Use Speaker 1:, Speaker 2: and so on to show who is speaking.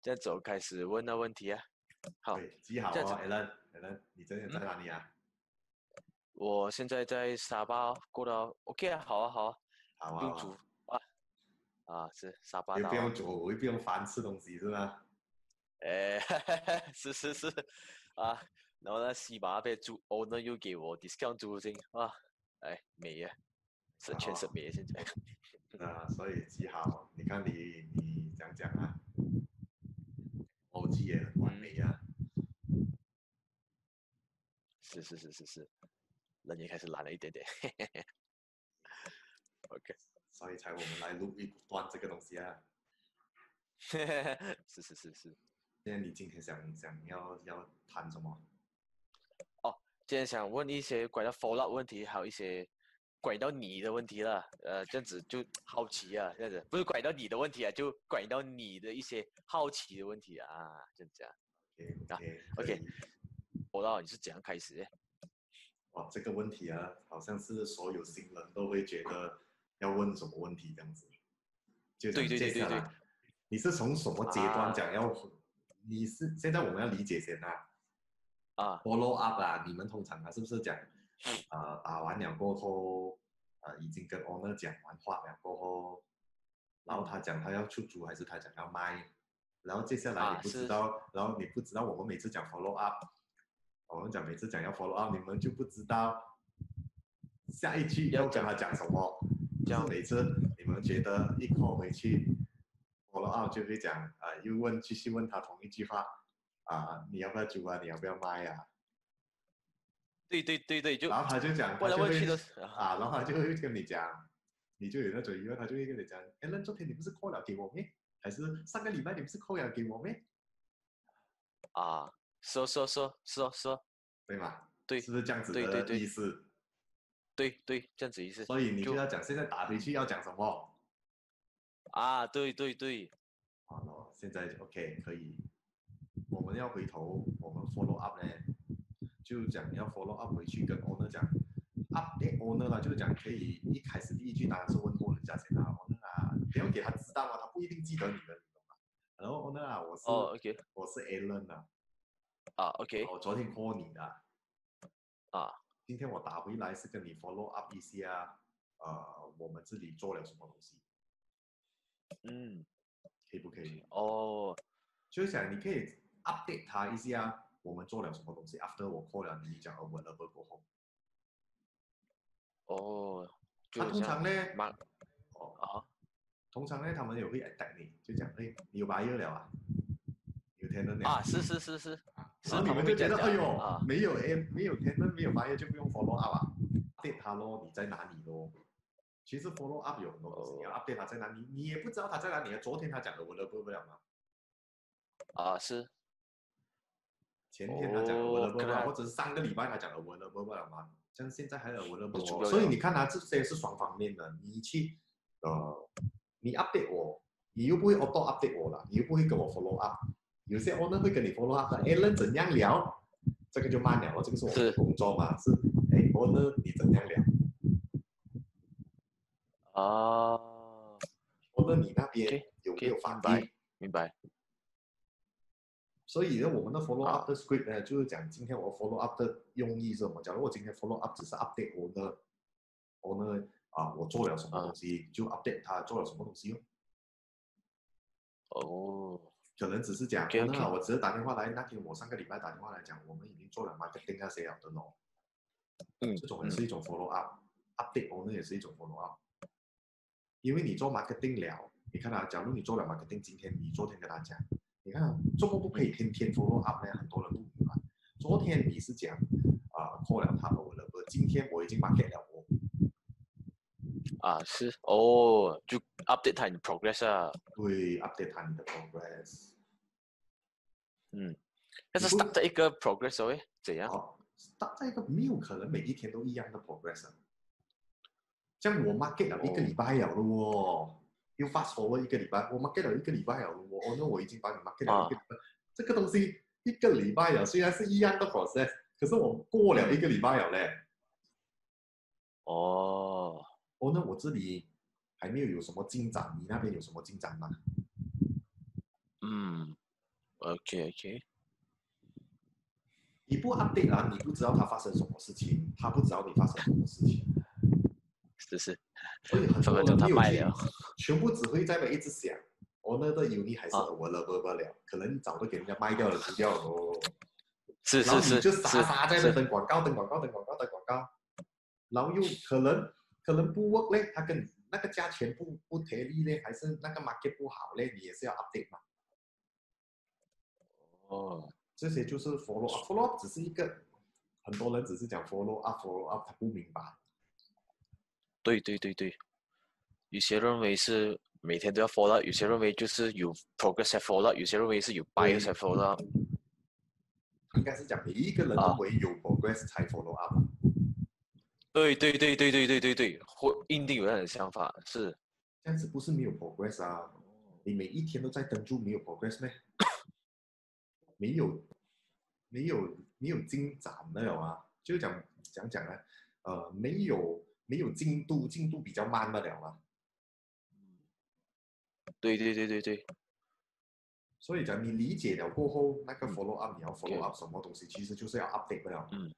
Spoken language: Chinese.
Speaker 1: 这样走开始问那问题啊。好，
Speaker 2: 对，记好
Speaker 1: 这样
Speaker 2: 哦
Speaker 1: 子嗯
Speaker 2: ，Alan，Alan，你真的在哪里啊？
Speaker 1: 我现在在沙巴哦过得 OK 啊，好啊好啊，
Speaker 2: 好
Speaker 1: 不
Speaker 2: 啊，
Speaker 1: 用
Speaker 2: 好
Speaker 1: 煮
Speaker 2: 啊
Speaker 1: 啊啊是沙巴
Speaker 2: 又
Speaker 1: 岛
Speaker 2: 不
Speaker 1: 啊，
Speaker 2: 用煮，又不用烦吃东西是吗？
Speaker 1: 哎， 是是是啊，然后呢西马那边租 owner 又给我 discount 租金啊，哎美啊，是全是
Speaker 2: 好
Speaker 1: 美啊现在。 嗯
Speaker 2: 啊，所以记好，你看你你讲讲啊，逻辑也很完美啊。
Speaker 1: 嗯是是是是是，人也开始懒了一点点。OK，
Speaker 2: 所以才我们来录一段这个东西啊。
Speaker 1: 是是是是。
Speaker 2: 现在你今天想想要要谈什么？
Speaker 1: 今天想问一些拐到 Fallout 问题，还有一些拐到你的问题了。呃，这样子就好奇啊，这样子不是拐到你的问题啊，就拐到你的一些好奇的问题啊，这样子啊。啊
Speaker 2: OK
Speaker 1: OK
Speaker 2: OK，
Speaker 1: Fallout 你是怎样开始的？
Speaker 2: 哇，这个问题啊，好像是所有新人都会觉得要问什么问题这样子。就想
Speaker 1: 对对对
Speaker 2: 接下
Speaker 1: 对对啊
Speaker 2: 来，你是从什么阶段讲要？你是现在我们要理解先啊
Speaker 1: 啊，
Speaker 2: ，follow up 啊，你们通常啊是不是讲，呃，打完了过后，呃，已经跟 owner 讲完话了过后，然后他讲他要出租还是他讲要卖，然后接下来
Speaker 1: 啊
Speaker 2: 你不
Speaker 1: 是
Speaker 2: 知道，然后你不知道我们每次讲 follow up，我们讲每次讲要 follow up，你们就不知道下一句
Speaker 1: 要
Speaker 2: 要跟
Speaker 1: 讲
Speaker 2: 他讲什么。
Speaker 1: 这
Speaker 2: 就是
Speaker 1: 样
Speaker 2: 每次你们觉得一 call 回去，follow up 就会讲啊、又问继续问他同一句话啊、你要不要租啊？你要不要卖啊？
Speaker 1: 对对对对，就
Speaker 2: 然后他就讲，
Speaker 1: 问来
Speaker 2: 他就
Speaker 1: 问去
Speaker 2: 会
Speaker 1: 都是啊
Speaker 2: 啊，然后他就会跟你讲，你就有那种疑问，他就会跟你讲，哎，那昨天你不是 call 了给我咩？还是上个礼拜你不是 call 了给我咩？
Speaker 1: 啊，说说说说说，
Speaker 2: 对吗？
Speaker 1: 对
Speaker 2: 是不是这样子
Speaker 1: 对对
Speaker 2: 的
Speaker 1: 对
Speaker 2: 意思？
Speaker 1: 对对，这样子意思
Speaker 2: 所以你就
Speaker 1: 就
Speaker 2: 要讲现在打回去要讲什么？
Speaker 1: 啊，对对对，
Speaker 2: 好了，现在就 OK 可以。我们要回头，我们 follow up 呢，就讲要 follow up 回去跟 owner 讲，update owner 啦，就是讲可以一开始第一句当然是问过人家先啦，owner 啊，不要给他知道啊，他不一定记得你的，你懂吗？然后 owner 啊，我是、
Speaker 1: 哦，OK，
Speaker 2: 我是 Alan 啊，
Speaker 1: 啊，OK，
Speaker 2: 我昨天 call 你的
Speaker 1: 啊，
Speaker 2: 今天我打回来是跟你 follow up 一下，呃，我们这里做了什么东西，
Speaker 1: 嗯，
Speaker 2: 可以不可以？
Speaker 1: 哦，
Speaker 2: 就是想你可以 update 他一下，我们做了什么东西。After 我 call 了你，你讲 available 过后，
Speaker 1: 哦，就
Speaker 2: 他
Speaker 1: 好
Speaker 2: 通
Speaker 1: 像
Speaker 2: 常呢，
Speaker 1: 蛮
Speaker 2: 哦，
Speaker 1: 啊，
Speaker 2: 通常呢，他们也会 attack 你，就讲哎，你有 buyer 了啊，有 tenant 了
Speaker 1: 啊，是是是是，是
Speaker 2: 然后你
Speaker 1: 他
Speaker 2: 们
Speaker 1: 会
Speaker 2: 就
Speaker 1: 这
Speaker 2: 觉
Speaker 1: 样
Speaker 2: 得
Speaker 1: 讲
Speaker 2: 哎呦，
Speaker 1: 啊，
Speaker 2: 没有哎，没有 tenant，没有 buyer 就不用 follow up 啊，update 他咯，你在哪里咯？其实 follow up 有很多东西，
Speaker 1: 哦
Speaker 2: 你要 update 他在哪里，你也不知道他在哪里啊。昨天他讲 available 不了嘛，
Speaker 1: 啊是
Speaker 2: 前天他讲了
Speaker 1: 哦
Speaker 2: 我的波
Speaker 1: 跟
Speaker 2: 波，
Speaker 1: 他
Speaker 2: 或者是上个礼拜他讲了我的波波了嘛，像现在还有我的波
Speaker 1: 我主
Speaker 2: 波，
Speaker 1: 要
Speaker 2: 所以
Speaker 1: 要
Speaker 2: 你看他这些是双方面的，你去呃，你 update 我，你又不会 auto update 我了，你又不会跟我 follow up，有些 owner 会跟你 follow up 的，哎，那怎样聊？这个就慢了哦，这个是我们的
Speaker 1: 是
Speaker 2: 工作嘛，是哎 owner 你怎样聊
Speaker 1: 啊，
Speaker 2: ？owner 你那边
Speaker 1: OK，
Speaker 2: 有没
Speaker 1: OK，
Speaker 2: 有反
Speaker 1: 明白
Speaker 2: 应？
Speaker 1: 明白
Speaker 2: 所以呢，我们的 follow up 的 script 呢，就是讲今天我 follow up 的用意是什么？假如我今天 follow up 只是 update owner owner 啊，我做了什么东西，就 update 他做了什么东西哦。
Speaker 1: 哦，
Speaker 2: 可能只是讲
Speaker 1: OK，OK
Speaker 2: owner 啊我只是打电话来，那天我上个礼拜打电话来讲，我们已经做了 marketing 那些了的咯。
Speaker 1: 嗯
Speaker 2: 这种也是一种 follow up，update、owner 也是一种 follow up。因为你做 marketing 了，你看啊，假如你做了 marketing，今天你昨天跟他讲，你看啊，做么不
Speaker 1: 嗯
Speaker 2: 可以天天 follow up 呢？很多人不明白。昨天你是讲啊、扣了他们我了，我今天我已经 market 了我，
Speaker 1: 啊是哦，就 update 他你的 progress 啊，
Speaker 2: 会 update 他你的 progress。
Speaker 1: 但是
Speaker 2: 你不
Speaker 1: stuck 在一个 progress 哦，诶怎样？
Speaker 2: 好，大概一个没有可能每一天都一样的 progress 啊。像我 market 了一个礼拜了咯哦，又 fast forward 一个礼拜，我 market 了一个礼拜了咯哦，哦那我已经帮你 market 了一个礼拜，这个东西一个礼拜了，虽然是一样的 process，可是我过了一个礼拜了嘞，
Speaker 1: 哦，
Speaker 2: 哦，那我这里还没有有什么进展，你那边有什么进展吗？
Speaker 1: 嗯， OK OK，
Speaker 2: 你不 update 啦，你不知道他发生什么事情，他不知道你发生什么事情，
Speaker 1: 是是，
Speaker 2: 所以很多
Speaker 1: 分分
Speaker 2: 人
Speaker 1: 钟
Speaker 2: 没
Speaker 1: 他
Speaker 2: 有
Speaker 1: 卖
Speaker 2: 去
Speaker 1: 了，
Speaker 2: 全部只会在那边一直想，我那个 uni 还是
Speaker 1: 啊
Speaker 2: available 不了，可能早都给人家卖掉了，丢掉了哦。
Speaker 1: 是
Speaker 2: 然
Speaker 1: 是
Speaker 2: 后你
Speaker 1: 是
Speaker 2: 就是傻傻在那
Speaker 1: 是
Speaker 2: 等广告，等广告，等广告，等广告，然后又可能可能不 work 嘞，他跟你那个价钱不不贴力嘞，还是那个 market 不好嘞，你也是要 update 嘛。
Speaker 1: 哦，
Speaker 2: 这些就是 follow up，follow up 只是一个，很多人只是讲 follow up，follow up，他不明白。
Speaker 1: 对对对对，有些认为是每天都要 follow，up，有些认为就是有 progress 才 follow，up，有些认为是有 buyer 才 follow，up，
Speaker 2: 应该是讲每一个人
Speaker 1: 啊
Speaker 2: 认为有 progress 才 follow up 嘛。
Speaker 1: 对对对对对对对对，会一定有这样的想法，是
Speaker 2: 这样子不是没有 progress 啊？你每一天都在登注，没有 progress 咩？ 没有，没有，没有进展的有啊？就是讲讲讲呢，呃，没有没有进度，进度比较慢的了啊嘛。
Speaker 1: 对对对对对，
Speaker 2: 所以讲你理解了过后，那个
Speaker 1: 嗯
Speaker 2: follow up 你要 follow up 什么东西，其实就是要 update 不了。
Speaker 1: 嗯